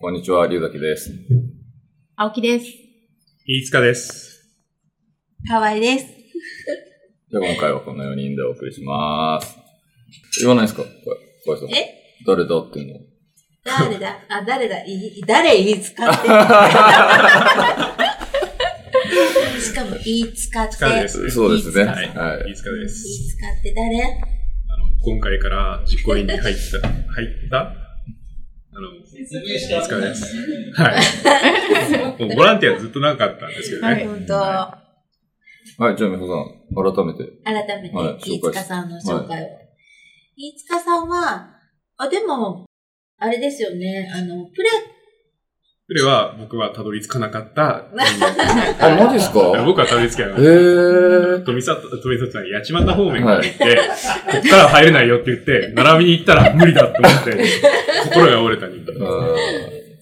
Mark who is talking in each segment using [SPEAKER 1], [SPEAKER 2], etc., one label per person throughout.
[SPEAKER 1] こんにちは、龍崎です。
[SPEAKER 2] 青木です。
[SPEAKER 3] 飯塚です。
[SPEAKER 2] 河合です。
[SPEAKER 1] じゃあ今回はこの4人でお送りします。言わないですかこれ、これさん。
[SPEAKER 4] え
[SPEAKER 1] 誰だっていうの
[SPEAKER 4] 誰 だあ、誰だい誰言いつかって。しかも言いつかって。
[SPEAKER 3] 塚
[SPEAKER 4] 言い
[SPEAKER 3] で
[SPEAKER 4] つ
[SPEAKER 3] す。
[SPEAKER 1] そうですね。
[SPEAKER 3] はい。
[SPEAKER 1] は
[SPEAKER 3] はい、
[SPEAKER 1] い。
[SPEAKER 3] 飯塚です。
[SPEAKER 4] かって誰
[SPEAKER 3] あの、今回から実行委員に入った、入ったあの、飯塚です。 はい。もうボランティアずっとなかったんですけどね。
[SPEAKER 2] はい
[SPEAKER 4] 本当、
[SPEAKER 1] はい、じゃあ美穂さん、改めて。
[SPEAKER 4] 改めて
[SPEAKER 1] はい、
[SPEAKER 4] 飯塚さんの紹
[SPEAKER 1] 紹介
[SPEAKER 4] 介を。飯塚さんは、あ、でも、あれですよね、あの、プレ、
[SPEAKER 3] それは僕はたどり着かな かった。
[SPEAKER 1] あ、マジっすか
[SPEAKER 3] 僕はたどり着けな
[SPEAKER 1] へ
[SPEAKER 3] かった。
[SPEAKER 1] ー。
[SPEAKER 3] 富里、富里さん、八幡方面から行って、こっから入れないよって言って、並びに行ったら無理だと思って、心が折れた人間。は
[SPEAKER 1] う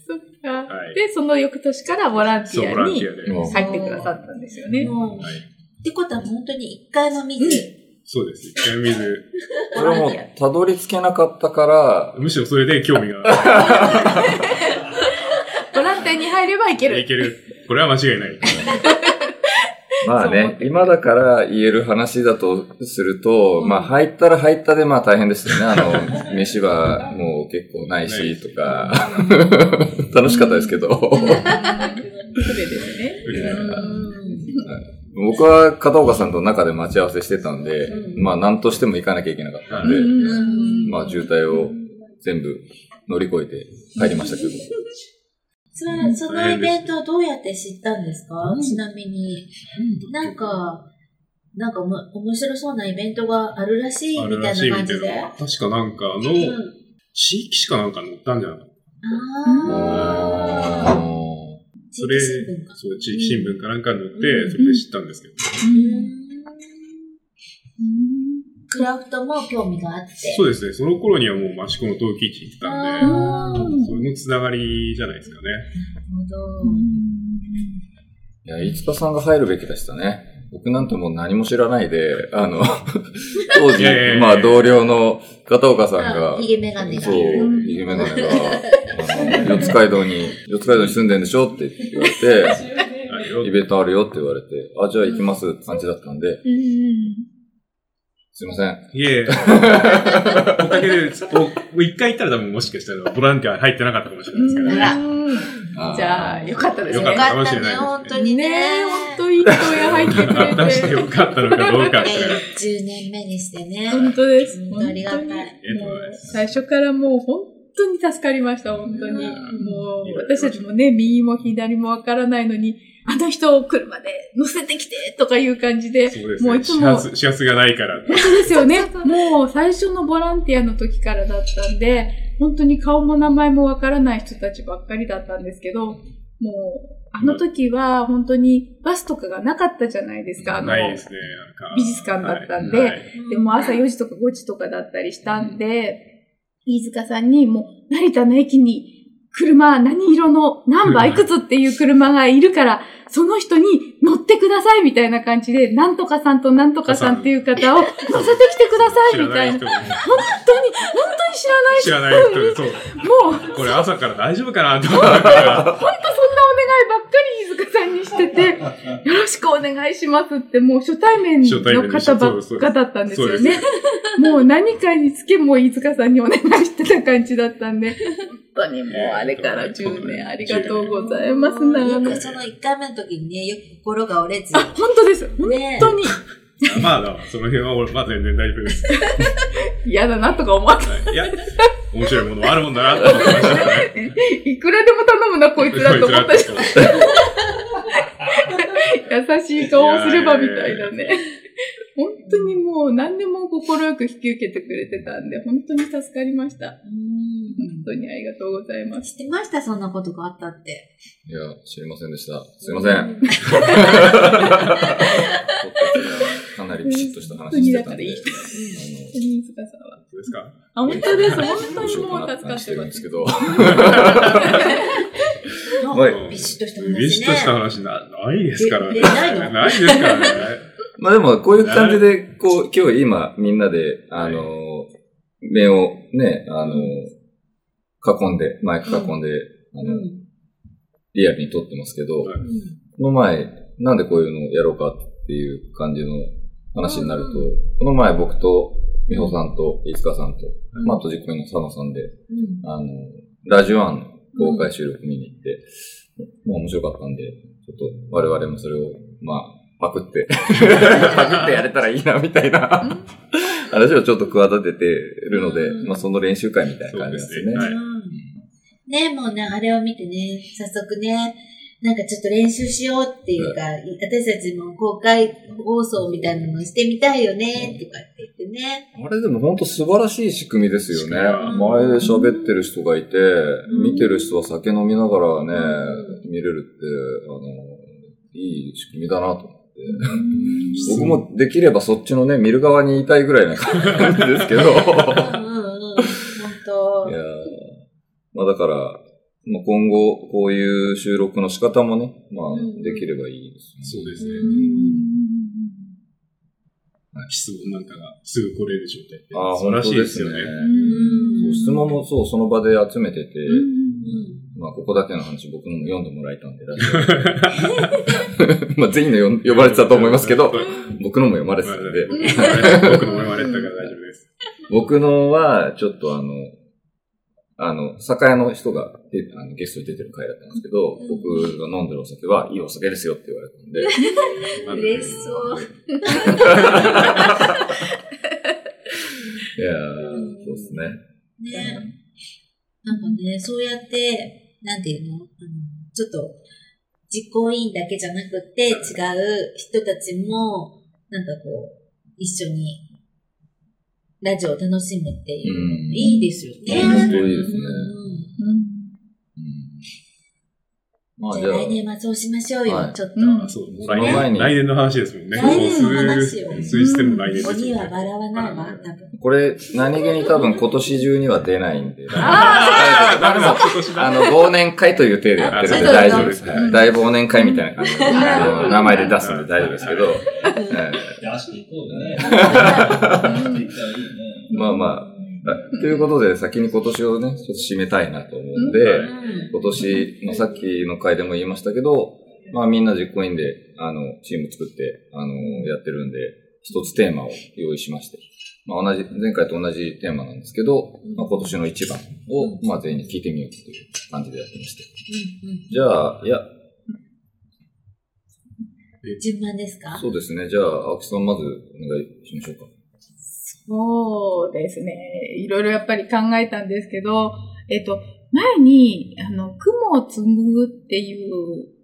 [SPEAKER 2] そっか。
[SPEAKER 3] い。
[SPEAKER 2] で、その翌年からボランテ
[SPEAKER 3] そう、ボ
[SPEAKER 2] ィア
[SPEAKER 3] ラン
[SPEAKER 2] に
[SPEAKER 3] ティアで。
[SPEAKER 1] ん
[SPEAKER 3] は
[SPEAKER 2] 入ってくださったんですよね。
[SPEAKER 4] もう、っ
[SPEAKER 3] い。
[SPEAKER 4] てことは本当に一回も見ず、
[SPEAKER 3] そうです。一回水。
[SPEAKER 1] それも、たどり着けなかったから、
[SPEAKER 3] むしろそれで興味が
[SPEAKER 2] ボランティアに入ればいけ
[SPEAKER 3] い
[SPEAKER 2] る。
[SPEAKER 3] ける。これは間違いない。
[SPEAKER 1] まあ
[SPEAKER 2] そう思
[SPEAKER 1] ね
[SPEAKER 2] っ、
[SPEAKER 1] 今だから言える話だとすると、まあ入ったら入ったでまあ大変ですよね。あの、飯はもう結構ないしとか、 楽しかったですけど。
[SPEAKER 2] それですね。
[SPEAKER 1] 僕は片岡さんと中で待ち合わせしてたんで、
[SPEAKER 4] うん
[SPEAKER 1] まあ何としても行かなきゃいけなかったんで、
[SPEAKER 3] う
[SPEAKER 2] うん
[SPEAKER 1] まあ渋滞を全部乗り越えて帰りましたけど。
[SPEAKER 4] そそのイベントはどうやって知ったんですか、ちなみに。なんか、なんかおも面白そうなイベントがあるらしい
[SPEAKER 3] あ
[SPEAKER 4] み
[SPEAKER 3] る
[SPEAKER 4] た
[SPEAKER 3] ら
[SPEAKER 4] い
[SPEAKER 3] しい
[SPEAKER 4] な感
[SPEAKER 3] みた
[SPEAKER 4] じ
[SPEAKER 3] い
[SPEAKER 4] で。
[SPEAKER 3] な
[SPEAKER 4] あ。
[SPEAKER 3] 確かなんかあの、地域しかなんか乗ったんじゃなかった。
[SPEAKER 4] あー。地
[SPEAKER 3] それ
[SPEAKER 4] 域新聞か、。
[SPEAKER 3] そう、地域新聞かなんかに乗って
[SPEAKER 4] う、ん
[SPEAKER 3] それで知ったんですけど。
[SPEAKER 4] クラフトも興味があって。
[SPEAKER 3] そうですね。その頃にはもう益子の陶器市行ってたんで、
[SPEAKER 4] あーなる
[SPEAKER 3] それのつながりじゃないですかね。
[SPEAKER 4] ほど。
[SPEAKER 1] いや、飯塚さんが入るべきでしたね。僕なんてもう何も知らないで、あ の、当時
[SPEAKER 3] いやいやいやい、や
[SPEAKER 1] まあ同僚の片岡さんが
[SPEAKER 4] あ、ヒゲメガネが
[SPEAKER 1] そう、いじめなのが、あの四街道に、四街道に住んでんでしょって言われ て、
[SPEAKER 3] あよ
[SPEAKER 1] イベントあるよって言われて、あ、じゃあ行きますって感じだったんで、すいません。
[SPEAKER 3] いえ、おかげで、お一回行ったら多分もしかしたらボランティア入ってなかったかもしれないですから
[SPEAKER 2] うん
[SPEAKER 3] ね。
[SPEAKER 1] あー
[SPEAKER 2] じゃあ、よかったです
[SPEAKER 4] よ
[SPEAKER 2] ね。
[SPEAKER 4] か
[SPEAKER 3] よ
[SPEAKER 4] ったね
[SPEAKER 3] かったかもしれないですね
[SPEAKER 4] 本当にね。
[SPEAKER 2] ねえ、ほんといい親入ってく
[SPEAKER 3] 果たして
[SPEAKER 2] れて。
[SPEAKER 3] よかったのかどうかっ て
[SPEAKER 4] いやいや10年目にしてね。
[SPEAKER 2] 本当です。
[SPEAKER 4] 本当ありがたい
[SPEAKER 2] 本当に
[SPEAKER 4] あ
[SPEAKER 3] りがとうございます
[SPEAKER 2] 最初からもう本当に助かりました、本当
[SPEAKER 4] う
[SPEAKER 2] に。もう、私たちもね、右も左もわからないのに、あの人を車で乗せてきてとかいう感じで、
[SPEAKER 3] そうで
[SPEAKER 2] もういつ
[SPEAKER 3] すね。
[SPEAKER 2] も
[SPEAKER 3] 始発、始発がないからって。
[SPEAKER 2] そうですよね。もう最初のボランティアの時からだったんで、本当に顔も名前もわからない人たちばっかりだったんですけど、もう、あの時は本当にバスとかがなかったじゃないですか、あの、
[SPEAKER 3] ないですね。なんか
[SPEAKER 2] 美術館だったんで
[SPEAKER 3] はいはい
[SPEAKER 2] でも朝4時とか5時とかだったりしたんで、飯塚さんにもう成田の駅に車何色の何番いくつっていう車がいるから、その人に乗ってくださいみたいな感じで、なんとかさんとなんとかさんっていう方を乗せてきてください
[SPEAKER 3] 知ら
[SPEAKER 2] みた
[SPEAKER 3] ない
[SPEAKER 2] いな。
[SPEAKER 3] 人
[SPEAKER 2] 本
[SPEAKER 3] も
[SPEAKER 2] 当に、本当に知らな
[SPEAKER 3] 知らな
[SPEAKER 2] い
[SPEAKER 3] い人 そう。
[SPEAKER 2] もう、そんな
[SPEAKER 3] これ朝から大丈夫かなと思ったから。
[SPEAKER 2] お願いばっかり飯塚さんにして て、よろしくお願いしますって、もう初対面
[SPEAKER 3] 初対面
[SPEAKER 2] の
[SPEAKER 3] でし
[SPEAKER 2] 方
[SPEAKER 3] た
[SPEAKER 2] ばっかだったんです
[SPEAKER 3] そうで
[SPEAKER 2] よ
[SPEAKER 3] す
[SPEAKER 2] ね。もう何かにつけもう飯塚さんにお願いしてた感じだったんで、本当にもうあれから10年ありがとうございますな。
[SPEAKER 4] よ
[SPEAKER 2] 本
[SPEAKER 4] くその1回目の時にね、よく心が折れず。
[SPEAKER 2] 当です。本
[SPEAKER 4] ね
[SPEAKER 2] 当に
[SPEAKER 3] まあ、だわその辺は俺、まあ全然大丈夫です。
[SPEAKER 2] 嫌だなとか思 わ
[SPEAKER 3] はいいや、面白いものはあるもんだなと思ってましたね。
[SPEAKER 2] いくらでも頼むな、こいつらと思ったし、優しい顔をすればみたいなね。本当にもう何でも心よく引き受けてくれてたんで、本当に助かりました。
[SPEAKER 4] うん。
[SPEAKER 2] 本当にありがとうございます。
[SPEAKER 4] 知ってましたそんなことがあったって。
[SPEAKER 1] いや、知りませんでした。すいません。かなりピシッとした話してたんで。
[SPEAKER 2] うん
[SPEAKER 1] あ
[SPEAKER 2] 飯塚さんは。
[SPEAKER 3] そうですか
[SPEAKER 2] あ、本当です。本当
[SPEAKER 1] の、
[SPEAKER 2] に
[SPEAKER 1] しよう
[SPEAKER 2] も
[SPEAKER 1] か
[SPEAKER 2] う
[SPEAKER 1] なっ
[SPEAKER 2] 助
[SPEAKER 1] て
[SPEAKER 2] か
[SPEAKER 1] 話
[SPEAKER 2] っ
[SPEAKER 1] して
[SPEAKER 2] て
[SPEAKER 1] るん
[SPEAKER 2] ま。
[SPEAKER 1] ですすけど。
[SPEAKER 4] な
[SPEAKER 1] は
[SPEAKER 4] んか
[SPEAKER 1] い
[SPEAKER 4] ビシッとした話ね。
[SPEAKER 3] ビシッとした話な、ないですから
[SPEAKER 4] え
[SPEAKER 3] ね。
[SPEAKER 4] えないの
[SPEAKER 3] ないですからね。
[SPEAKER 1] まあでも、こういう感じで、こう、今日今みんなで、あの、目をね、あの、囲んで、マイク囲んであ
[SPEAKER 4] う
[SPEAKER 1] の
[SPEAKER 4] ん。
[SPEAKER 1] リアルに撮ってますけど、
[SPEAKER 3] はい
[SPEAKER 1] この前、なんでこういうのをやろうかっていう感じの話になると、この前僕と美穂さんと飯塚さんと、
[SPEAKER 4] うん
[SPEAKER 1] まあ、とじっくりの佐野さんで、
[SPEAKER 4] うん。
[SPEAKER 1] あの、ラジオ案の公開収録見に行って、まあ面白かったんで、ちょっと我々もそれを、まあ、パクって、パクってやれたらいいな、みたいな話をちょっと企ててるので、
[SPEAKER 4] うん
[SPEAKER 1] まあその練習会みたいな感じなんですよね。
[SPEAKER 3] そうですねはい
[SPEAKER 4] うんねもうね、あれを見てね、早速ね、なんかちょっと練習しようっていうか、私たちも公開放送みたいなのしてみたいよね、とかって言ってね。
[SPEAKER 1] あれでも本当素晴らしい仕組みですよね。
[SPEAKER 3] うん
[SPEAKER 1] 前で喋ってる人がいて、
[SPEAKER 4] ん
[SPEAKER 1] 見てる人は酒飲みながらね、
[SPEAKER 4] う
[SPEAKER 1] 見れるって、あの、いい仕組みだなと思って。
[SPEAKER 3] 質
[SPEAKER 1] 僕
[SPEAKER 3] 問
[SPEAKER 1] もできればそっちのね、見る側にいたいぐらいな感じです けど。いや
[SPEAKER 4] うんうんうん。本 当。
[SPEAKER 1] ーまあだから、まあ、今後こういう収録の仕方もね、まあ
[SPEAKER 4] うん
[SPEAKER 1] できればいいです
[SPEAKER 3] そう
[SPEAKER 1] ね。
[SPEAKER 3] ですね。質問なんかがすぐ来れる状態って
[SPEAKER 1] ああ、
[SPEAKER 3] 素晴
[SPEAKER 1] 本
[SPEAKER 3] ら
[SPEAKER 1] 当
[SPEAKER 3] しいで
[SPEAKER 1] ですす
[SPEAKER 3] よ
[SPEAKER 1] ね
[SPEAKER 3] ね。。
[SPEAKER 1] そう質問もそう、その場で集めてて、
[SPEAKER 4] うん
[SPEAKER 1] まあここだけの話僕のも読んでもらえたんで、ラジオで まあ全員の読ん呼ばれてたと思います けど
[SPEAKER 3] は、
[SPEAKER 1] 僕のも読まれて
[SPEAKER 3] ま
[SPEAKER 1] た
[SPEAKER 3] あ
[SPEAKER 1] んで、
[SPEAKER 3] 僕の思われたから大丈夫です。
[SPEAKER 1] 僕のは、ちょっとあの、あの、酒屋の人がであのゲストに出てる回だったんですけど、
[SPEAKER 4] うん
[SPEAKER 1] 僕が飲んでるお酒はいいお酒ですよって言われたんで、
[SPEAKER 3] ま あ
[SPEAKER 4] 嬉しそう。
[SPEAKER 1] いやー、そうですね。
[SPEAKER 4] ね。なんかね、そうやって、なんていうのあのちょっと、実行委員だけじゃなくて、違う人たちも、なんかこう、一緒に、ラジオを楽しむって
[SPEAKER 1] う
[SPEAKER 4] いう、
[SPEAKER 1] ん。
[SPEAKER 4] いいですよね。
[SPEAKER 1] 本当いいですね
[SPEAKER 4] うん
[SPEAKER 1] うん、まあ
[SPEAKER 4] じ
[SPEAKER 1] じ
[SPEAKER 4] ゃ
[SPEAKER 1] ゃ
[SPEAKER 4] あ
[SPEAKER 1] あ、
[SPEAKER 4] 来年はそうしましょうよ、
[SPEAKER 1] はい
[SPEAKER 4] ちょっと。
[SPEAKER 2] うん
[SPEAKER 3] あそう、
[SPEAKER 1] その前
[SPEAKER 3] 来
[SPEAKER 1] に
[SPEAKER 3] 年、来年の話ですもんね。
[SPEAKER 4] 来年の話よ
[SPEAKER 3] もう数数日でも来年ですもんね
[SPEAKER 4] 鬼は笑わないわ、多分。
[SPEAKER 1] これ、何気に多分今年中には出ないんで、
[SPEAKER 3] ああ、でも今年だ。
[SPEAKER 1] あの、忘年会という体でやってるんで
[SPEAKER 4] あ
[SPEAKER 1] 大丈夫です。
[SPEAKER 3] そう
[SPEAKER 1] はいだいぶ忘年会みたいな感じで、あの名前で出すんで大丈夫です けど、ええ
[SPEAKER 5] 出していこうね。出していったらいいね。
[SPEAKER 1] まあまあ、ということで、先に今年をね、ちょっと締めたいなと思うんで、
[SPEAKER 3] うん
[SPEAKER 1] 今年、まあ、さっきの回でも言いましたけど、まあみんな実行委員で、あの、チーム作って、あの、やってるんで、一つテーマを用意しまして、まあ同じ、前回と同じテーマなんですけど、まあ、今年の一番を、まあ全員に聞いてみようっていう感じでやってまして。
[SPEAKER 4] うんうん
[SPEAKER 1] じゃあ、いや、
[SPEAKER 4] 順番ですか
[SPEAKER 1] そうですね。じゃあ、青木さんまずお願いしましょうか。
[SPEAKER 2] そうですね。いろいろやっぱり考えたんですけど、えっと、前に、あの、雲を紡ぐっていう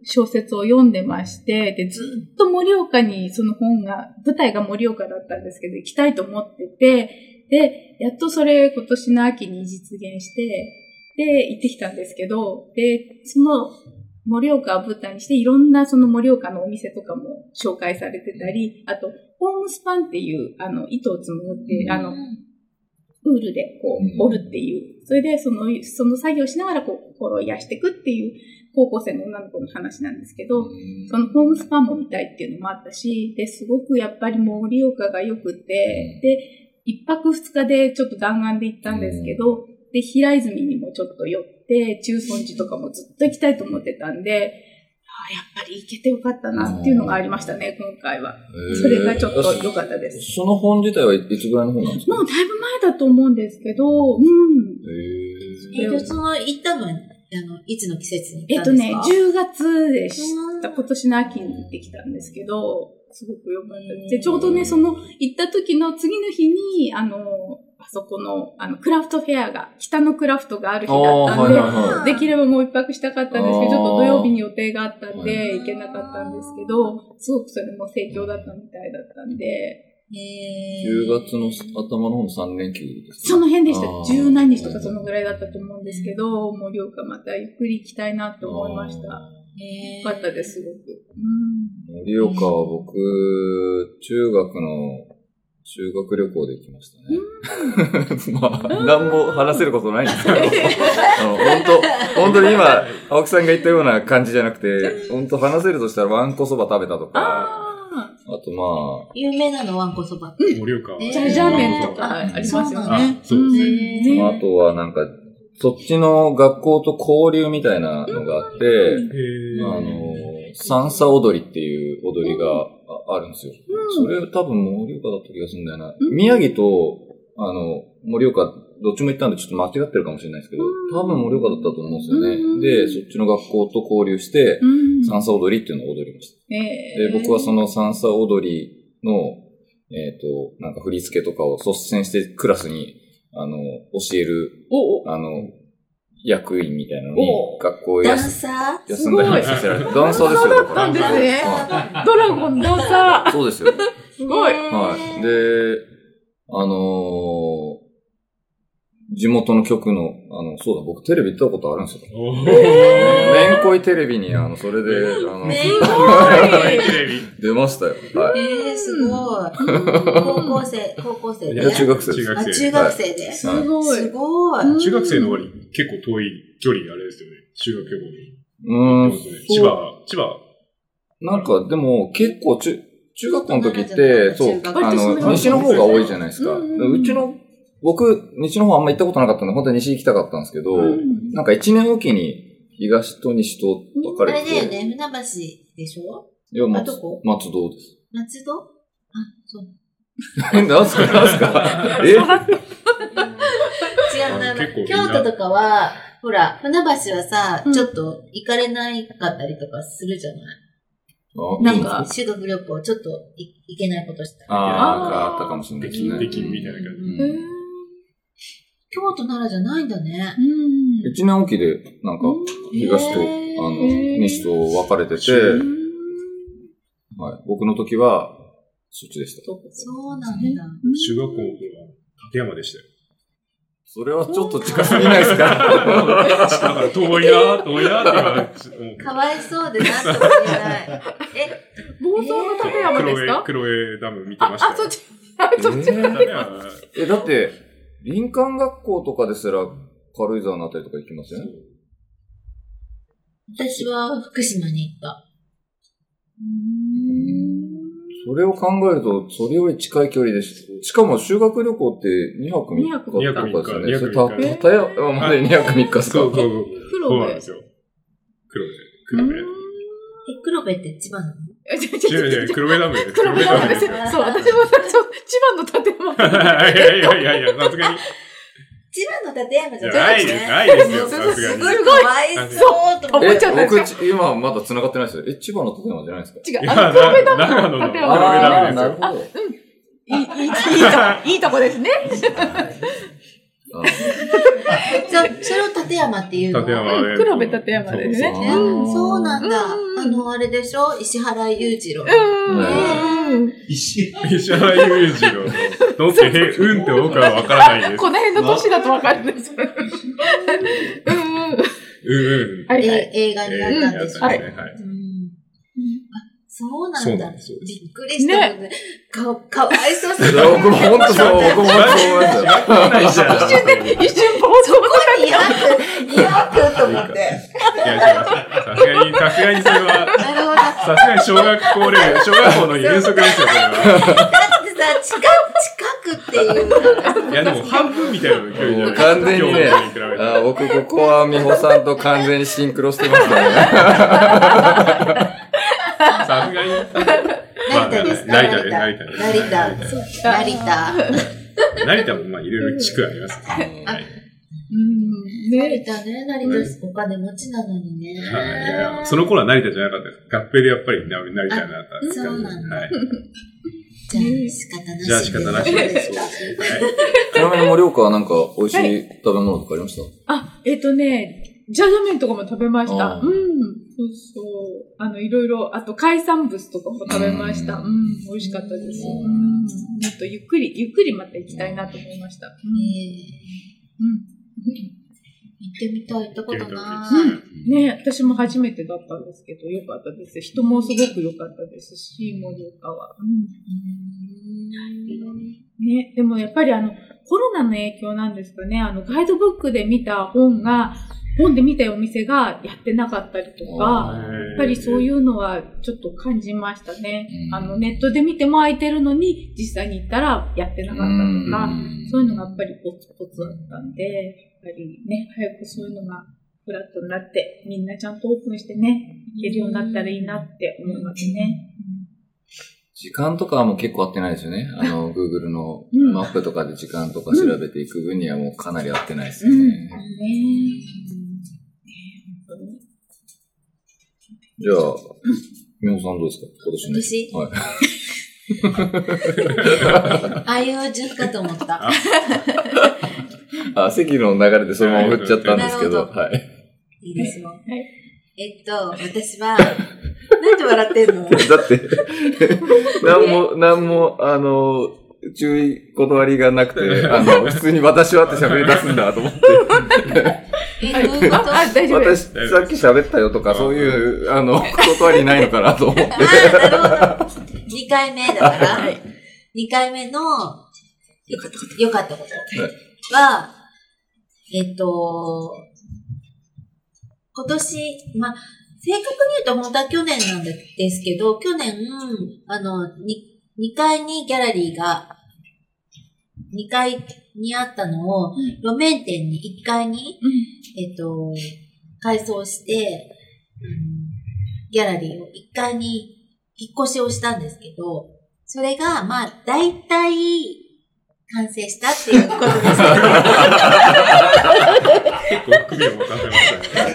[SPEAKER 2] 小説を読んでまして、で、ずっと盛岡にその本が、舞台が盛岡だったんですけど、行きたいと思ってて、で、やっとそれ今年の秋に実現して、で、行ってきたんですけど、で、その盛岡を舞台にして、いろんなその盛岡のお店とかも紹介されてたり、あと、ホームスパンっていう、あの、糸を紡ぐっていう、あの、ウールでこ
[SPEAKER 1] うん
[SPEAKER 2] う、折るっていう。それで、その、その作業しながら、こう、心を癒していくっていう、高校生の女の子の話なんですけど、そのホームスパンも見たいっていうのもあったし、で、すごくやっぱり盛岡が良くて、で、一泊二日でちょっと弾丸で行ったんですけど、で、平泉にもちょっと寄って、中尊寺とかもずっと行きたいと思ってたんで、あーやっぱり行けてよかったなっていうのがありましたね、今回は。それがちょっと良かったです。
[SPEAKER 1] その本自体はいつぐらいの本なんですか
[SPEAKER 2] もうだいぶ前だと思うんですけど、うん。
[SPEAKER 4] えっと、その、行ったのは、あの、いつの季節に
[SPEAKER 2] え
[SPEAKER 4] 行
[SPEAKER 2] っ
[SPEAKER 4] っ
[SPEAKER 2] と
[SPEAKER 4] たんです
[SPEAKER 2] ね、
[SPEAKER 4] か
[SPEAKER 2] 10月でし
[SPEAKER 4] うん
[SPEAKER 2] た。今年の秋に行ってきたんですけど、すごく良かったで
[SPEAKER 4] うん
[SPEAKER 2] す。で、ちょうどね、その、行った時の次の日に、あの、あそこの、あの、クラフトフェアが、北のクラフトがある日だったん
[SPEAKER 1] あー
[SPEAKER 2] で、
[SPEAKER 1] はいはい
[SPEAKER 4] はい
[SPEAKER 2] できればもう一泊したかったんですけど、ちょっと土曜日に予定があったん
[SPEAKER 1] は
[SPEAKER 2] で、行けなかったんですけど、すごくそれも盛況だったみたいだったんで、
[SPEAKER 4] えー
[SPEAKER 1] 10月の頭の方の3連休ですか
[SPEAKER 2] その辺でした
[SPEAKER 1] あー。
[SPEAKER 2] 十何日とかそのぐらいだったと思うんですけど、盛岡またゆっくり行きたいなと思いました。
[SPEAKER 1] あ
[SPEAKER 4] え
[SPEAKER 2] 良
[SPEAKER 4] ー
[SPEAKER 2] かったです、すごく。うん
[SPEAKER 1] ー盛岡は僕、中学の修学旅行で行きましたね。 まあ、なんも話せることないんです けど、あの本当本当に今、青木さんが言ったような感じじゃなくて、本当話せるとしたらわんこそば食べたとか、あ
[SPEAKER 2] あ
[SPEAKER 1] とまあ、
[SPEAKER 4] 有名なのはわんこそば。
[SPEAKER 3] 盛岡は
[SPEAKER 4] えー
[SPEAKER 2] ジャージャー麺とかあります
[SPEAKER 4] そう
[SPEAKER 2] よ
[SPEAKER 4] なん
[SPEAKER 2] ね
[SPEAKER 3] だ。そう
[SPEAKER 2] うん
[SPEAKER 4] へー
[SPEAKER 1] まあ、あとはなんか、そっちの学校と交流みたいなのがあって、
[SPEAKER 3] へ
[SPEAKER 1] あの、 サンサ踊りっていう踊りがああるんですよ。
[SPEAKER 2] うん
[SPEAKER 1] それ多分盛岡だった気がするんだよな。宮城と、あの、盛岡、どっちも行ったんでちょっと間違ってるかもしれないですけど、多分盛岡だったと思うんですよね。
[SPEAKER 2] うん
[SPEAKER 1] で、そっちの学校と交流して、
[SPEAKER 2] うん。
[SPEAKER 1] サンサ踊りっていうのを踊りました。で、
[SPEAKER 2] え
[SPEAKER 1] 僕はそ
[SPEAKER 2] の、
[SPEAKER 1] のサンサ踊りの、えっ、と、なんか振り付けとかを率先してクラスに、あの、教える、
[SPEAKER 2] おお
[SPEAKER 1] あの、役員みたいなのに
[SPEAKER 2] お、
[SPEAKER 1] 学校
[SPEAKER 4] ダン
[SPEAKER 1] 休
[SPEAKER 4] サ
[SPEAKER 1] 休んだりさせられて、ダンサーですよ、だから。
[SPEAKER 2] ダンサーだったんですね
[SPEAKER 1] は
[SPEAKER 2] ドラゴンダンサ
[SPEAKER 1] いそうですよ。
[SPEAKER 4] ー
[SPEAKER 2] すごい
[SPEAKER 1] はい。で、あのー地元の局の、あの、そうだ、僕テレビ行ったことあるんですよ。
[SPEAKER 3] おー
[SPEAKER 1] めんこいテレビに、あの、それで、あの、
[SPEAKER 4] めん
[SPEAKER 3] テレビ。
[SPEAKER 1] 出ましたよ。はい。
[SPEAKER 4] えー、すごい。高校生、高校生
[SPEAKER 1] い
[SPEAKER 4] で
[SPEAKER 1] や。中学生です
[SPEAKER 3] 中
[SPEAKER 4] あ、
[SPEAKER 3] 学
[SPEAKER 4] 中
[SPEAKER 3] 生。
[SPEAKER 4] 学生で。
[SPEAKER 2] ーすごい。
[SPEAKER 4] すごい。
[SPEAKER 2] うん
[SPEAKER 3] 中学生の割に結構遠い距離あれですよね。中学旅行に。
[SPEAKER 1] うーん。
[SPEAKER 3] 千葉、千葉。
[SPEAKER 1] なんか、でも、結構、中、中学校の時っ
[SPEAKER 4] 中
[SPEAKER 1] て、
[SPEAKER 4] 学
[SPEAKER 1] そう、
[SPEAKER 4] 中学
[SPEAKER 1] あ
[SPEAKER 2] 割と
[SPEAKER 1] の、西
[SPEAKER 2] そん
[SPEAKER 1] の
[SPEAKER 2] な感
[SPEAKER 1] 方
[SPEAKER 2] じ
[SPEAKER 1] が多いじゃないですか。
[SPEAKER 2] うんうん
[SPEAKER 1] うちの、僕、西の方あんま行ったことなかったんで、本当に西行きたかったんですけど、
[SPEAKER 2] うん
[SPEAKER 1] なんか一年おきに、東と西と分か
[SPEAKER 4] あ
[SPEAKER 1] れ
[SPEAKER 4] れ
[SPEAKER 1] て
[SPEAKER 4] だ
[SPEAKER 1] て、
[SPEAKER 4] よね、船橋でしょ
[SPEAKER 1] いや、
[SPEAKER 4] あ、
[SPEAKER 1] 松
[SPEAKER 4] ど、こ
[SPEAKER 1] 松戸です。
[SPEAKER 4] 松戸あ、そう。
[SPEAKER 1] え、なんすか、 なんすか。え
[SPEAKER 4] 違うな、
[SPEAKER 3] あ結構みんな
[SPEAKER 4] 京都とかは、ほら、船橋はさ、
[SPEAKER 2] うん
[SPEAKER 4] ちょっと行かれないかったりとかするじゃない
[SPEAKER 1] あ
[SPEAKER 4] なんか、修学旅行ちょっとい行けないことした。
[SPEAKER 1] あー、なんかあったかもしれないで
[SPEAKER 3] でき
[SPEAKER 1] す
[SPEAKER 3] ん、
[SPEAKER 1] ね。
[SPEAKER 3] できんみたいな感
[SPEAKER 1] う
[SPEAKER 2] へー
[SPEAKER 1] ん
[SPEAKER 4] 京都ならじゃないんだね。
[SPEAKER 2] うん
[SPEAKER 1] 一年おきで、なんか、東と、あ
[SPEAKER 4] へ
[SPEAKER 1] の
[SPEAKER 4] ー、
[SPEAKER 1] 西と分かれてて、はい、僕の時は、そっちでした。
[SPEAKER 4] そうなんだ。
[SPEAKER 3] じ。中学校の頃は、立山でしたよ。
[SPEAKER 1] それはちょっと近すぎないですか
[SPEAKER 3] だから遠いな、遠いなって今、もう
[SPEAKER 4] かわいそうでなんとも言え ない。え、
[SPEAKER 2] 暴走の立山ですか
[SPEAKER 3] 黒江、黒江ダム見て
[SPEAKER 2] あ
[SPEAKER 3] ま、したよ。
[SPEAKER 2] あ、そっち、あ、そっち
[SPEAKER 1] え
[SPEAKER 2] な
[SPEAKER 1] ー
[SPEAKER 2] んだ
[SPEAKER 3] 立山
[SPEAKER 1] え、だって、林間学校とかですら、軽井沢のあたりとか行きません
[SPEAKER 4] 私は福島に行った。
[SPEAKER 1] それを考えると、それより近い距離です。しかも修学旅行って2泊3日とかですよね。
[SPEAKER 3] 二
[SPEAKER 1] そ
[SPEAKER 3] 泊
[SPEAKER 1] れ
[SPEAKER 3] 三日
[SPEAKER 1] た、たや、あまだ2泊3日っすか
[SPEAKER 3] そうそうそう。
[SPEAKER 2] 黒
[SPEAKER 3] そうなん
[SPEAKER 2] 部
[SPEAKER 3] で。すよ。黒部。黒部。
[SPEAKER 4] え、黒部って千葉なの
[SPEAKER 2] え、ちょ
[SPEAKER 3] 違う違う、黒部ダムです。
[SPEAKER 2] 黒部ダムです
[SPEAKER 4] 黒部ダム
[SPEAKER 2] そう、私も最初、千葉の建物
[SPEAKER 3] いやいやいやいや、さすがに。
[SPEAKER 4] 千葉の立山じゃな
[SPEAKER 3] ないい
[SPEAKER 4] で
[SPEAKER 3] ですす、
[SPEAKER 4] ね。
[SPEAKER 3] ないですよ、さす
[SPEAKER 4] す
[SPEAKER 3] が
[SPEAKER 4] ご
[SPEAKER 3] に。
[SPEAKER 4] いかわいそうと思っ
[SPEAKER 2] 覚
[SPEAKER 1] え
[SPEAKER 2] えちゃった、ん
[SPEAKER 1] 僕
[SPEAKER 2] です
[SPEAKER 1] ち、今まだ繋がってないですよ。え、千葉の建物じゃないですか
[SPEAKER 2] 違う、 あの、黒部ダム
[SPEAKER 3] 長野
[SPEAKER 2] の
[SPEAKER 3] の
[SPEAKER 2] 建
[SPEAKER 3] 黒部
[SPEAKER 2] 物。
[SPEAKER 3] ダ
[SPEAKER 1] あー
[SPEAKER 3] ムです
[SPEAKER 1] なるほ
[SPEAKER 3] よ。
[SPEAKER 1] ど。
[SPEAKER 2] いい、いい、いいとこ、いいとこですね。
[SPEAKER 1] あ
[SPEAKER 4] て。それを立山っていうの
[SPEAKER 3] 立山で。
[SPEAKER 2] 黒部立山ですね。
[SPEAKER 4] ね、そうなんだ。
[SPEAKER 2] うん
[SPEAKER 4] あの、あれでしょ石原裕次郎。
[SPEAKER 2] うん。うん
[SPEAKER 5] 石。
[SPEAKER 3] 石原裕次郎の、どって、へ、うんって思うからわからないです。
[SPEAKER 2] この辺の年だとわかるんです。 うんうん。
[SPEAKER 3] うんうん。
[SPEAKER 2] はいは
[SPEAKER 4] え
[SPEAKER 2] い。
[SPEAKER 4] 映画になったんでしょ、
[SPEAKER 2] はい
[SPEAKER 3] はい。
[SPEAKER 4] うんあそうな
[SPEAKER 3] そうんなん
[SPEAKER 4] だ。
[SPEAKER 3] ですよ。
[SPEAKER 4] びっくりしたもんね。かかわいそう すぎ
[SPEAKER 1] い
[SPEAKER 4] る
[SPEAKER 1] や僕も本当そう、僕も本当そう思いましたよ。
[SPEAKER 3] 一瞬で。
[SPEAKER 2] 一瞬暴走の
[SPEAKER 4] 200、200と思って。
[SPEAKER 3] いや、違うさすがに、さすがにそれは、
[SPEAKER 4] なるほど。
[SPEAKER 3] さすがに小学校レベル、小学校の遠足ですよ、これは。
[SPEAKER 4] だってさ、近く、近くっていう。
[SPEAKER 3] いや、でも半分みたいな距離じゃない
[SPEAKER 1] 完全にね
[SPEAKER 3] 今日の距離比べて
[SPEAKER 1] あー僕、ここは美穂さんと完全にシンクロしてますね。
[SPEAKER 3] さすがに。
[SPEAKER 4] 成田ですか
[SPEAKER 3] 成田です
[SPEAKER 4] 成
[SPEAKER 3] 成田
[SPEAKER 4] 田。
[SPEAKER 3] です
[SPEAKER 4] 成田。
[SPEAKER 3] 成田もまあいろいろ地区ありますね。はい
[SPEAKER 2] うん。ね
[SPEAKER 4] 成田ね、成田、お金持ちなのにね。
[SPEAKER 3] はいいやいやその頃は成田じゃなかったです。合併でやっぱり成田になったんです
[SPEAKER 4] あ
[SPEAKER 3] か
[SPEAKER 4] そうなんだ
[SPEAKER 3] はい。
[SPEAKER 4] じゃあ仕方なし。
[SPEAKER 3] じゃあ仕方なしで。そうはい
[SPEAKER 1] ちなみに盛岡はなんか美味しい食べ物とかありました
[SPEAKER 2] あ、えっとね、ジャージャー麺とかも食べました。
[SPEAKER 1] あ
[SPEAKER 2] う
[SPEAKER 1] ー
[SPEAKER 2] ん。そうそう。あの、いろいろ、あと海産物とかも食べました。
[SPEAKER 1] う
[SPEAKER 2] うんん。美味しかったです。
[SPEAKER 1] うん
[SPEAKER 2] うん。もっとゆっくり、ゆっくりまた行きたいなと思いました。
[SPEAKER 4] え
[SPEAKER 2] う
[SPEAKER 4] ー
[SPEAKER 2] ん。うん。
[SPEAKER 4] 行ってみたい、行ったことな
[SPEAKER 3] 行ってみたい
[SPEAKER 4] い
[SPEAKER 3] で。
[SPEAKER 2] ね私も初めてだったんですけど、良かったです。人もすごく良かったですし、盛岡は。うん。ね、でもやっぱりあの、コロナの影響なんですかね、あの、ガイドブックで見た本が、本で見たお店がやってなかったりと
[SPEAKER 1] あ
[SPEAKER 2] か、
[SPEAKER 1] ー
[SPEAKER 2] やっぱりそういうのはちょっと感じましたね。あの、ネットで見ても空いてるのに、実際に行ったらやってなかったとか、そういうのがやっぱりポツポツあったんで、ぱりね、早くそういうのがフラットになって、みんなちゃんとオープンしてね、いけるようになったらいいなって思いますね。
[SPEAKER 1] 時間とかはもう結構合ってないですよね。あの、Google の
[SPEAKER 2] うん
[SPEAKER 1] マップとかで時間とか調べていく分にはもうかなり合ってないですよ
[SPEAKER 2] うん
[SPEAKER 1] ね。
[SPEAKER 2] ねえ。本当に
[SPEAKER 1] じゃあ、みほさんどうですか今年の。
[SPEAKER 4] 今
[SPEAKER 1] はい。
[SPEAKER 4] あいう順かと思った。
[SPEAKER 1] あ、席の流れでそのまま振っちゃったんですけど、
[SPEAKER 4] なるほ
[SPEAKER 1] はい。
[SPEAKER 4] いいですよ。
[SPEAKER 2] い
[SPEAKER 4] えっと、私は、なんで笑ってんの
[SPEAKER 1] だって、なんも、なんも、あの、注意断りがなくて、あの、普通に私はって喋り出すんだと思って、
[SPEAKER 4] え、どういうこ
[SPEAKER 2] あ、
[SPEAKER 4] と
[SPEAKER 2] あ大丈夫です。
[SPEAKER 1] 私、さっき喋ったよとか、そういう、あの、断りないのかなと思って。
[SPEAKER 4] ああ、なるほど。2回目だから、2回目の、よかったこと。よかったことは、えっと、今年、まあ、正確に言うと本当は去年なんですけど、去年、あの、に2階にギャラリーが、2階にあったのを、路面店に1階に
[SPEAKER 2] うん
[SPEAKER 4] えっと、改装して、うんギャラリーを1階に引っ越しをしたんですけど、それが、まあ、大体、完成したっていうこと ですね。
[SPEAKER 3] 結構首を持たせましたね。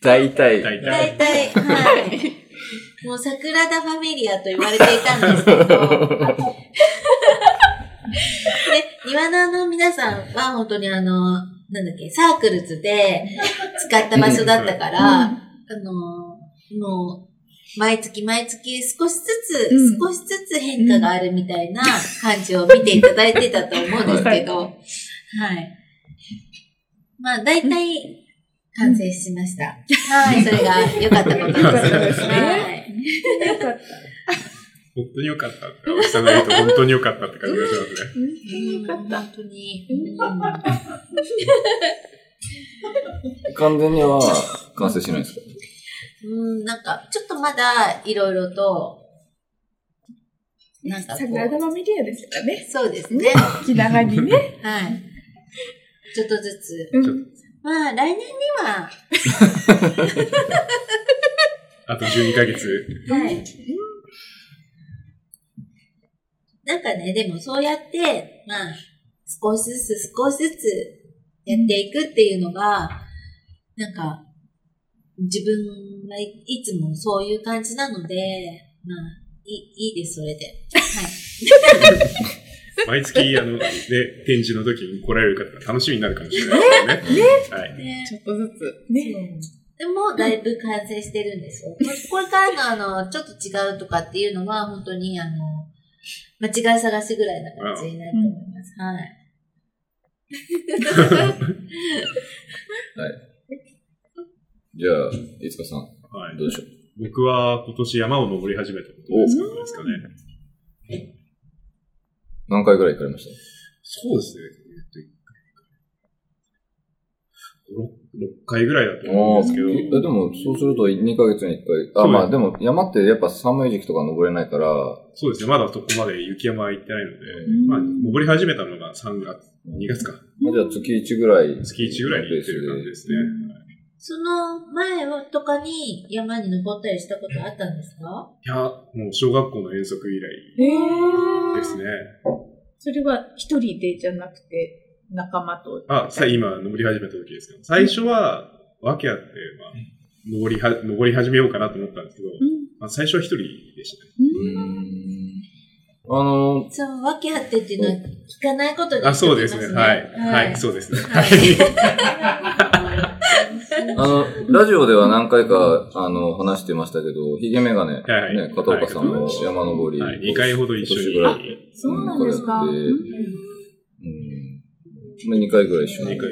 [SPEAKER 1] 大体。
[SPEAKER 3] 大体。
[SPEAKER 4] 大体、はい。もう、桜田ファミリアと言われていたんですけど、で、庭菜の皆さんは本当にあの、なんだっけ、サークルズで使った場所だったから、
[SPEAKER 2] うん
[SPEAKER 4] あの、もう、毎月毎月少しずつ、
[SPEAKER 2] うん
[SPEAKER 4] 少しずつ変化があるみたいな感じを見ていただいてたと思うんですけど、はい。まあ、大体、完成しました。はい、それが良かった こと
[SPEAKER 2] よかったで
[SPEAKER 4] ですす。
[SPEAKER 2] ね
[SPEAKER 4] はい。
[SPEAKER 2] よかった。
[SPEAKER 3] 本当に良かった。奥さんが言うと本当に良かったって感じがしますね。
[SPEAKER 4] うん
[SPEAKER 2] よかった。
[SPEAKER 4] 本当に。うん
[SPEAKER 1] 完全には完成しないんですか
[SPEAKER 4] うん、なんか、ちょっとまだ、いろいろと、なんかこ
[SPEAKER 2] 桜田
[SPEAKER 4] う、
[SPEAKER 2] ファミリアですからね。
[SPEAKER 4] そうですね。
[SPEAKER 2] 気長にね。
[SPEAKER 4] はい。ちょっとずつ。
[SPEAKER 2] うん。
[SPEAKER 4] まあ、来年には、
[SPEAKER 3] あと12ヶ月。
[SPEAKER 4] はい。なんかね、でもそうやって、まあ、少しずつ少しずつやっていくっていうのが、なんか、自分はいいつもそういう感じなので、まあ、いいいいです、それで。はい。
[SPEAKER 3] 毎月、あの、ね、展示の時に来られる方が楽しみになるかもしれないですね。はい。
[SPEAKER 4] ね
[SPEAKER 2] ちょっとずつ。ね。
[SPEAKER 4] でも、だいぶ完成してるんですよ。これからの、あの、ちょっと違うとかっていうのは、本当に、あの、間違い探しぐらいな感じになると思います。はい。
[SPEAKER 1] じゃあ、いつかさん、
[SPEAKER 3] はい
[SPEAKER 1] どうでしょう
[SPEAKER 3] 僕は今年山を登り始めたことですかね。
[SPEAKER 1] 何回ぐらい行かれまし
[SPEAKER 3] そうですね。6回ぐらいだと
[SPEAKER 1] た
[SPEAKER 3] 思うんですけど、
[SPEAKER 1] えでも、そうすると2ヶ月に1回。あ、
[SPEAKER 3] そうです
[SPEAKER 1] まあでも山ってやっぱ寒い時期とか登れないから、
[SPEAKER 3] そうですね、まだそこまで雪山は行ってないので、
[SPEAKER 2] ん
[SPEAKER 3] まあ、登り始めたのが3月、2月か、
[SPEAKER 1] まあじゃあ月1ぐらい。
[SPEAKER 3] 月1ぐらいに行ってる感じですね。
[SPEAKER 4] その前はとかに山に登ったりしたことあったんですか
[SPEAKER 3] いや、もう小学校の遠足以
[SPEAKER 2] え
[SPEAKER 3] 来ですね。
[SPEAKER 2] それは一人でじゃなくて、仲間 と。
[SPEAKER 3] あ、さ今登り始めた時ですけど、最初は、わけあって、まあ、登りは、登り始めようかなと思ったんですけど、
[SPEAKER 2] うん。
[SPEAKER 3] まあ、最初は一人でしたね。
[SPEAKER 1] うーん。あの、
[SPEAKER 4] そう、分け合ってっていうのは聞かないことに
[SPEAKER 3] あ、そうですね。はい。はい、
[SPEAKER 4] はい。
[SPEAKER 3] そうですね。
[SPEAKER 4] は
[SPEAKER 3] はいい。
[SPEAKER 1] あの、ラジオでは何回か、あの、話してましたけど、ヒゲメガネ、
[SPEAKER 3] はい
[SPEAKER 1] ね、片岡さんも山登り。
[SPEAKER 3] はい、2回ほど一緒
[SPEAKER 1] 今年
[SPEAKER 3] に。
[SPEAKER 1] ぐらい
[SPEAKER 3] 2
[SPEAKER 2] そうなんですか。
[SPEAKER 1] う
[SPEAKER 2] うんん。
[SPEAKER 1] うん。2回ぐらい一緒に。
[SPEAKER 3] 回。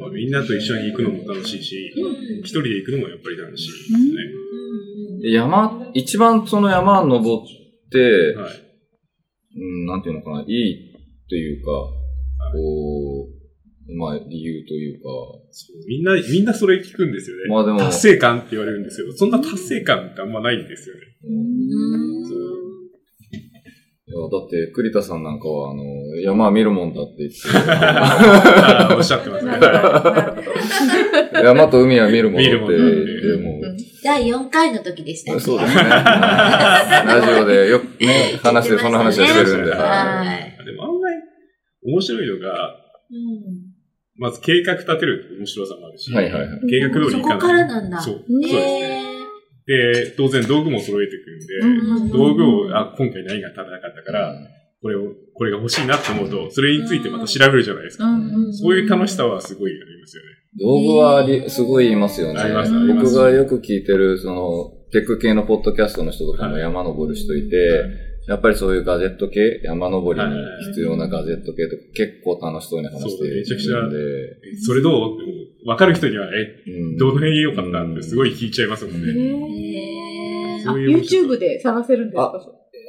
[SPEAKER 3] まあみんなと一緒に行くのも楽しいし、一人で行くのもやっぱり楽しいです
[SPEAKER 4] うん
[SPEAKER 1] 山、一番その山登って、
[SPEAKER 3] ね。はい。
[SPEAKER 1] うん、なんていうのかな、いいっていうか、こう、まあ理由というか、
[SPEAKER 3] そうみんな、みんなそれ聞くんですよね。
[SPEAKER 1] まあでも、
[SPEAKER 3] 達成感って言われるんですけど、そんな達成感ってあんまないんですよね。
[SPEAKER 1] うん
[SPEAKER 4] うん
[SPEAKER 3] そう
[SPEAKER 1] いや、だって、栗田さんなんかは、あの、山は見るもんだって言っ
[SPEAKER 3] あーおっしゃってますね
[SPEAKER 2] な。るほどなるほど
[SPEAKER 1] て、山と海は見るもんだって言っ
[SPEAKER 3] 見
[SPEAKER 1] て、
[SPEAKER 3] る
[SPEAKER 1] もう、
[SPEAKER 4] 第4回の時でしたっけ
[SPEAKER 1] そうですね。ラジオでよくね、話でその話をしてるんで。は
[SPEAKER 4] はい。
[SPEAKER 3] でも案外、面白いのが、
[SPEAKER 4] うん。
[SPEAKER 3] まず計画立てる面白さもあるし、
[SPEAKER 1] いはいはい。
[SPEAKER 3] 計画通りいかない。
[SPEAKER 4] そこからなんだ
[SPEAKER 3] そう。そう
[SPEAKER 4] え
[SPEAKER 3] ですね。
[SPEAKER 4] え
[SPEAKER 3] で、当然道具も揃えてくんで、
[SPEAKER 4] うん
[SPEAKER 3] 道具を、あ、今回何が足らなかったから、これを、これが欲しいなって思うと、それについてまた調べるじゃないですか。
[SPEAKER 2] うんうん
[SPEAKER 3] そういう楽しさはすごいありますよね。
[SPEAKER 1] 道具はあり、すごいいますよね。
[SPEAKER 3] あります
[SPEAKER 4] あります
[SPEAKER 1] 僕がよく聞いてる、その、テック系のポッドキャストの人とかも
[SPEAKER 3] はい
[SPEAKER 1] 山登る人いて、やっぱりそういうガジェット系、山登りに必要なガジェット系とか結構楽しそうに話してるんで、
[SPEAKER 3] そうめえそれどうって分かる人には、え、
[SPEAKER 1] うん
[SPEAKER 3] どの辺よかったってすごい聞いちゃいますもんね。
[SPEAKER 4] ええ
[SPEAKER 2] あ、YouTube で探せるんですか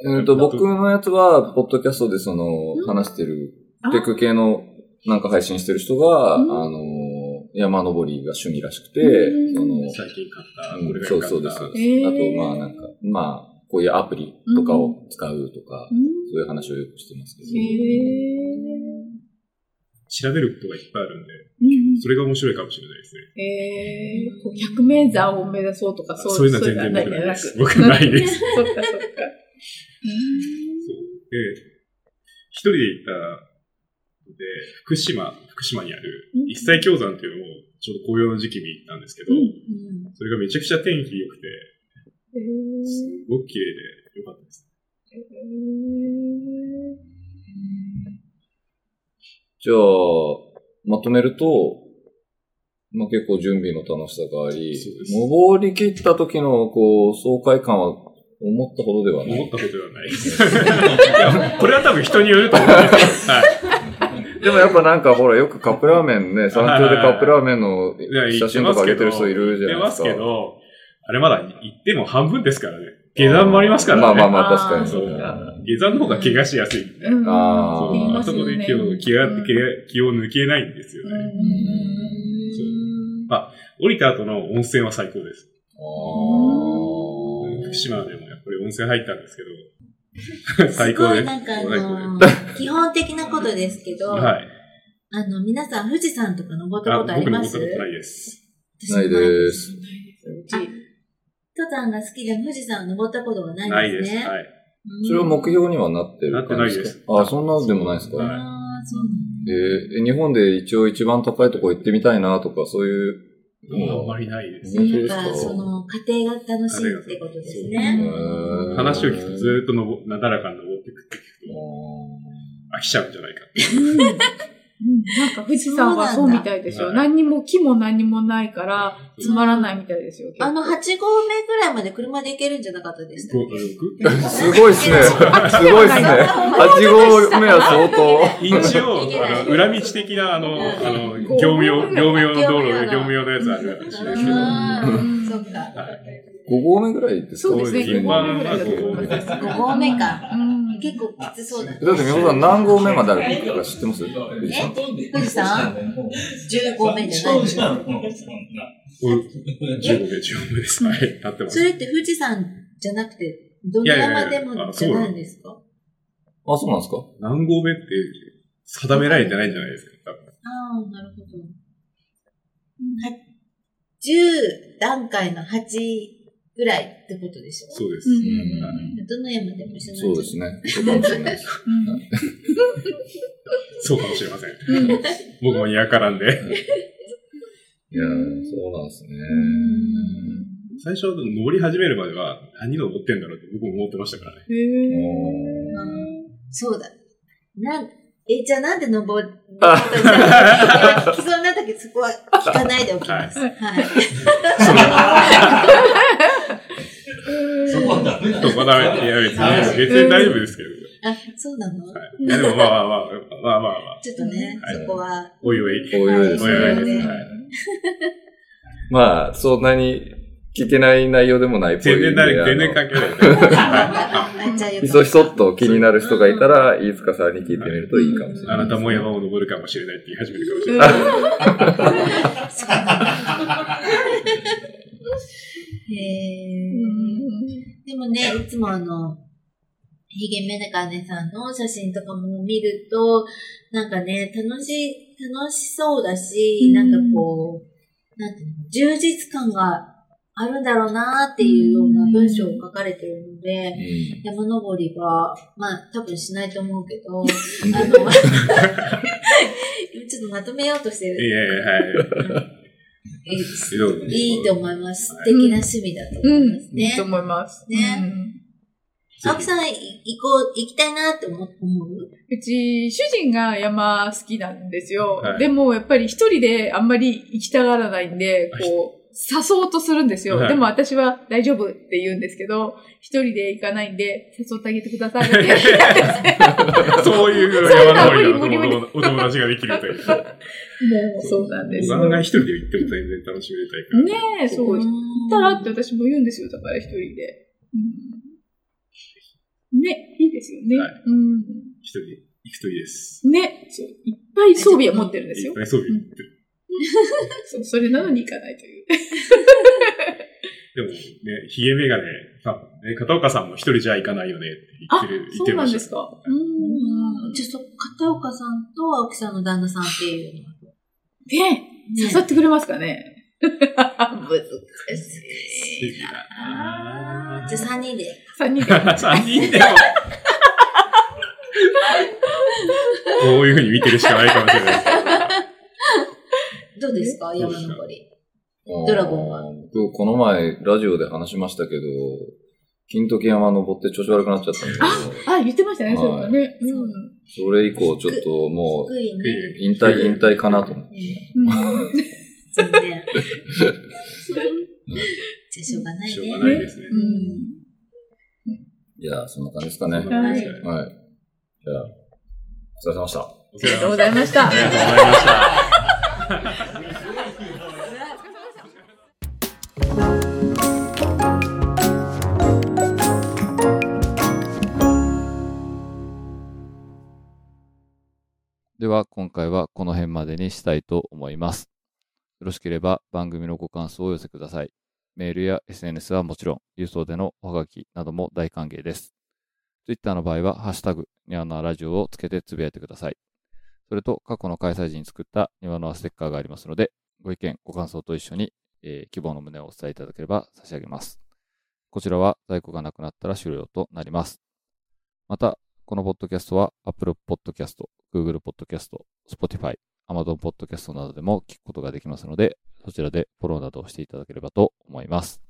[SPEAKER 1] うんと、僕のやつは、ポッドキャストでその、話してる、
[SPEAKER 2] あ
[SPEAKER 1] テック系のなんか配信してる人が、あ
[SPEAKER 2] うん
[SPEAKER 1] の、山登りが趣味らしくて
[SPEAKER 2] う、ん
[SPEAKER 1] その、
[SPEAKER 3] 最近買った、
[SPEAKER 1] うん
[SPEAKER 3] これが
[SPEAKER 1] そ
[SPEAKER 3] 良
[SPEAKER 1] う
[SPEAKER 3] かった。
[SPEAKER 1] そうです。そうです
[SPEAKER 2] へー
[SPEAKER 1] あと、まあなんか、まあ、こういうアプリとかを使うとか、
[SPEAKER 2] うん
[SPEAKER 1] そういう話をよくしてますけど。
[SPEAKER 2] へえ。
[SPEAKER 3] 調べることがいっぱいあるんで、
[SPEAKER 2] うん
[SPEAKER 3] それが面白いかもしれないですね。
[SPEAKER 2] えー、こう百名山を目指そうとか、そう
[SPEAKER 3] そういうのは全然
[SPEAKER 2] そううのはく
[SPEAKER 3] 僕ないです
[SPEAKER 2] そっかそっか。
[SPEAKER 3] で、一人で行ったので、福島、福島にある
[SPEAKER 2] うん
[SPEAKER 3] 一切氷山っていうのをちょうど紅葉の時期に行ったんですけど、
[SPEAKER 2] うん
[SPEAKER 4] うん
[SPEAKER 3] それがめちゃくちゃ天気良くて、
[SPEAKER 2] え
[SPEAKER 3] す
[SPEAKER 2] ー
[SPEAKER 3] ごく綺麗で良かったです。
[SPEAKER 2] えー
[SPEAKER 1] じゃあ、まとめると、まあ結構準備の楽しさがあり
[SPEAKER 3] そうで、す
[SPEAKER 1] 登り切った時の、こう、爽快感は思ったほどではない。
[SPEAKER 3] 思ったことではないです。いやこれは多分人によると思うんですよ。はい。
[SPEAKER 1] でもやっぱなんかほら、よくカップラーメンね、山頂でカップラーメンの写真とか上げてる人いるじゃないですか。
[SPEAKER 3] 言ってますけど、あれまだ行っても半分ですからね。下山もありますからね。
[SPEAKER 1] まあまあまあ、確かに
[SPEAKER 3] そう
[SPEAKER 1] ね
[SPEAKER 3] 下山の方が怪我しやすいみたいな。
[SPEAKER 2] うん
[SPEAKER 1] あー
[SPEAKER 3] そ
[SPEAKER 1] 言い
[SPEAKER 3] うん
[SPEAKER 1] ま
[SPEAKER 3] あそこで気を気が気が気を抜けないんですよね。
[SPEAKER 4] うん
[SPEAKER 3] 降りた後の温泉は最高です。
[SPEAKER 1] あー
[SPEAKER 3] 福島でもやっぱり温泉入ったんです けど、最高
[SPEAKER 4] すご
[SPEAKER 3] で
[SPEAKER 4] い
[SPEAKER 3] す。
[SPEAKER 4] なんかあ
[SPEAKER 3] 最高
[SPEAKER 4] の、基本的なことですけど、
[SPEAKER 3] です。はい。
[SPEAKER 4] あの、皆さん富士山とか登った
[SPEAKER 3] あ
[SPEAKER 4] ことあり
[SPEAKER 3] 僕の
[SPEAKER 4] ま
[SPEAKER 3] こと
[SPEAKER 4] す
[SPEAKER 3] ないです。
[SPEAKER 4] 私も
[SPEAKER 1] ないです。
[SPEAKER 2] あ
[SPEAKER 4] 登山が好きで富士山を登ったことがな
[SPEAKER 3] ないい
[SPEAKER 4] で
[SPEAKER 3] ですす。
[SPEAKER 4] ね。
[SPEAKER 3] はい。
[SPEAKER 4] うん
[SPEAKER 1] それは目標にはなってる感じ
[SPEAKER 3] なってないです
[SPEAKER 1] かあ、そんなでもないですか、
[SPEAKER 3] は
[SPEAKER 4] ああ、そう
[SPEAKER 1] えーえ日本で一応一番高いとこ行ってみたいなとか、そういう
[SPEAKER 3] あん
[SPEAKER 1] の
[SPEAKER 3] ま
[SPEAKER 1] は。
[SPEAKER 3] りないです。
[SPEAKER 4] なん
[SPEAKER 1] 本当で
[SPEAKER 4] だ。やっぱ、
[SPEAKER 1] す
[SPEAKER 4] そ
[SPEAKER 1] か
[SPEAKER 4] の、家庭が楽しいってことです
[SPEAKER 1] う
[SPEAKER 4] ね。
[SPEAKER 1] ーん
[SPEAKER 3] 話を聞くとずーっとのぼなだらかに登ってくって聞くと飽きちゃうんじゃないかって。
[SPEAKER 2] うんなんか富士山はそうみたいですよ。
[SPEAKER 3] そうなん
[SPEAKER 2] 何にも木も何にもないから、つまらないみたいですよ。
[SPEAKER 4] あの、8合目ぐらいまで車で行けるんじゃなかったでしたっ
[SPEAKER 3] ご僕
[SPEAKER 1] す ごいっす ね。すごいっすね。8号目は相当。
[SPEAKER 3] 一応、あの、裏道的な、あの、あの、業務用、業務用の道路、業務用のやつあるらしいですけど、
[SPEAKER 4] あ
[SPEAKER 2] う
[SPEAKER 4] ー
[SPEAKER 2] ん
[SPEAKER 4] そっか。
[SPEAKER 1] 5号目ぐらいですか
[SPEAKER 2] そうですね、
[SPEAKER 3] 一
[SPEAKER 2] 5
[SPEAKER 3] 般
[SPEAKER 2] 合目ぐらいだと思います。
[SPEAKER 4] 5合目か。
[SPEAKER 2] うん
[SPEAKER 4] 結構きつそうだね。
[SPEAKER 1] だって、みほさん何号目まであるか知ってます富士山
[SPEAKER 5] 富
[SPEAKER 4] 15合目じゃない。
[SPEAKER 3] 15名、15名です。はい、立ってま
[SPEAKER 4] そ
[SPEAKER 3] す。
[SPEAKER 4] れって富士山じゃなくて、どの山でもじゃないんですか
[SPEAKER 1] あ、そうなんですか
[SPEAKER 3] 何合目って定められてないんじゃないですか。多分
[SPEAKER 4] ああ、なるほど。は10段階の8ぐらいってことでしょ
[SPEAKER 3] そうです。
[SPEAKER 2] うん
[SPEAKER 4] どの山でも一緒なん
[SPEAKER 1] そ
[SPEAKER 4] じゃ
[SPEAKER 1] うですね。そうかもしれないです。
[SPEAKER 3] そうかもしれません。
[SPEAKER 2] うんうん
[SPEAKER 3] 僕も嫌からんで。
[SPEAKER 1] いやーそうなんですね。
[SPEAKER 3] 最初、登り始めるまでは、何登ってんだろうって僕も思ってましたからね。
[SPEAKER 2] へー
[SPEAKER 1] おー
[SPEAKER 4] そうだ。なん、え、じゃあなんで登る今聞き そうになったけど、そこは聞かないでおきます。はい。
[SPEAKER 5] そこはダメなん
[SPEAKER 3] と
[SPEAKER 5] です
[SPEAKER 3] まだ、いや、別に、別に大丈夫ですけど。
[SPEAKER 4] あ、そうなの、
[SPEAKER 3] いや、でもまあまあまあ、まあまあまあ、
[SPEAKER 4] ちょっとね、
[SPEAKER 3] はい
[SPEAKER 4] そこは。
[SPEAKER 3] おいおい。
[SPEAKER 1] おいおいです
[SPEAKER 3] おいおいです。
[SPEAKER 1] ね。
[SPEAKER 3] はい
[SPEAKER 1] まあ、そんなに聞けない内容でもないっぽい
[SPEAKER 3] 全
[SPEAKER 1] んで。
[SPEAKER 3] 然誰、全然関係ない。
[SPEAKER 4] あ、じゃあよ
[SPEAKER 1] ひそひ
[SPEAKER 4] か
[SPEAKER 1] そっと気になる人がいたら、飯塚さんに聞いてみるといいかもしれな
[SPEAKER 3] あ
[SPEAKER 1] い。
[SPEAKER 3] なたも山を登るかもしれないって言い始めるかもしれ
[SPEAKER 2] うん
[SPEAKER 3] ない。
[SPEAKER 4] った。へー
[SPEAKER 2] うん
[SPEAKER 4] でもね、いつもあの、ひげメガネさんの写真とかも見ると、なんかね、楽しい、楽しそうだし、
[SPEAKER 2] うん
[SPEAKER 4] なんかこう、なんていうの、充実感があるんだろうなっていうような文章を書かれてるので、山登りは、まあ多分しないと思うけ ど、あの、ちょっとまとめようとして
[SPEAKER 3] い
[SPEAKER 4] る。
[SPEAKER 3] やいや、はい。
[SPEAKER 4] え
[SPEAKER 3] いろいろね
[SPEAKER 4] いいと思います。素敵な趣味だと思います
[SPEAKER 2] いい
[SPEAKER 4] ね
[SPEAKER 2] と。思います。
[SPEAKER 4] ね
[SPEAKER 2] うん
[SPEAKER 4] 青木さん、い行こう、行きたいなって思う思う
[SPEAKER 2] うち、主人が山好きなんですよ。
[SPEAKER 3] はい
[SPEAKER 2] でも、やっぱり一人であんまり行きたがらないんで、
[SPEAKER 3] はい
[SPEAKER 2] こう、誘おうとするんですよ。
[SPEAKER 3] はい
[SPEAKER 2] でも私は大丈夫って言うんですけど、一人で行かないんで、誘ってあげてくだ さいって言って。
[SPEAKER 3] そういう山登りのお
[SPEAKER 2] 無理無理無
[SPEAKER 3] 友お友達ができるという。
[SPEAKER 2] もう、そうなんです
[SPEAKER 3] 僕
[SPEAKER 2] よ。
[SPEAKER 3] は
[SPEAKER 2] ね
[SPEAKER 3] 一人で行っても全然楽しめるタイプなんで。
[SPEAKER 2] え、そう。行
[SPEAKER 4] ん
[SPEAKER 2] ったらって私も言うんですよ。だから一人で。うんね、いいですよね。
[SPEAKER 3] はい
[SPEAKER 2] うん
[SPEAKER 3] 一人で行くといいです。
[SPEAKER 2] ね、そう。いっぱい装備は持ってるんです
[SPEAKER 3] い
[SPEAKER 2] よ
[SPEAKER 3] っ。ぱい装備持ってる。
[SPEAKER 2] そう、それなのに行かないという。
[SPEAKER 3] でもね、ヒゲメガネ、多分ね、片岡さんも一人じゃ行かないよねって言ってる、言
[SPEAKER 2] そ
[SPEAKER 3] って
[SPEAKER 2] う
[SPEAKER 3] ま
[SPEAKER 2] なん
[SPEAKER 3] し
[SPEAKER 2] で
[SPEAKER 3] た。
[SPEAKER 2] すか。
[SPEAKER 4] うん
[SPEAKER 2] う
[SPEAKER 4] じゃあそ、片岡さんと青木さんの旦那さんっていうのは、
[SPEAKER 2] ん。ね誘ってくれますかね。
[SPEAKER 4] 難しいな。じゃあ三人で。
[SPEAKER 2] 三 人で。
[SPEAKER 3] 三人 でも。こういうふうに見てるしかないかもしれないです。
[SPEAKER 4] どうですか
[SPEAKER 3] え
[SPEAKER 4] 山登り。ド
[SPEAKER 6] ド
[SPEAKER 4] ラゴンは
[SPEAKER 6] 僕、この前、ラジオで話しましたけど、金時山登って調子悪くなっちゃったんだけど、
[SPEAKER 2] あ、言ってましたね、そうだね。うん
[SPEAKER 4] そう
[SPEAKER 6] それ以降、ちょっともう、
[SPEAKER 4] 福井ね。
[SPEAKER 6] 引退、引退かなと思って。
[SPEAKER 2] うん。
[SPEAKER 4] 全然。じゃあしょうがない
[SPEAKER 3] しょう
[SPEAKER 4] ね。
[SPEAKER 3] がないですね。
[SPEAKER 2] うん
[SPEAKER 6] いやー、そんな感じですかね。はい。じゃあ、
[SPEAKER 2] はい
[SPEAKER 6] お疲れ様でした。
[SPEAKER 3] お疲
[SPEAKER 2] あり
[SPEAKER 3] れ
[SPEAKER 2] がとう
[SPEAKER 3] 様で
[SPEAKER 2] ござ
[SPEAKER 3] し
[SPEAKER 2] いました
[SPEAKER 3] た。あ。りがとうございました。
[SPEAKER 1] では今回はこの辺までにしたいと思います。よろしければ番組のご感想をお寄せください。メールや SNS はもちろん、郵送でのおはがきなども大歓迎です。Twitter の場合は、ハッシュタグ、ニワノアラジオをつけてつぶやいてください。それと、過去の開催時に作ったニワノアステッカーがありますので、ご意見、ご感想と一緒に、えー希望の旨をお伝えいただければ差し上げます。こちらは在庫がなくなったら終了となります。また、このポッドキャストは Apple Podcast、Google Podcast、Spotify、Amazon Podcast などでも聞くことができますので、そちらでフォローなどをしていただければと思います。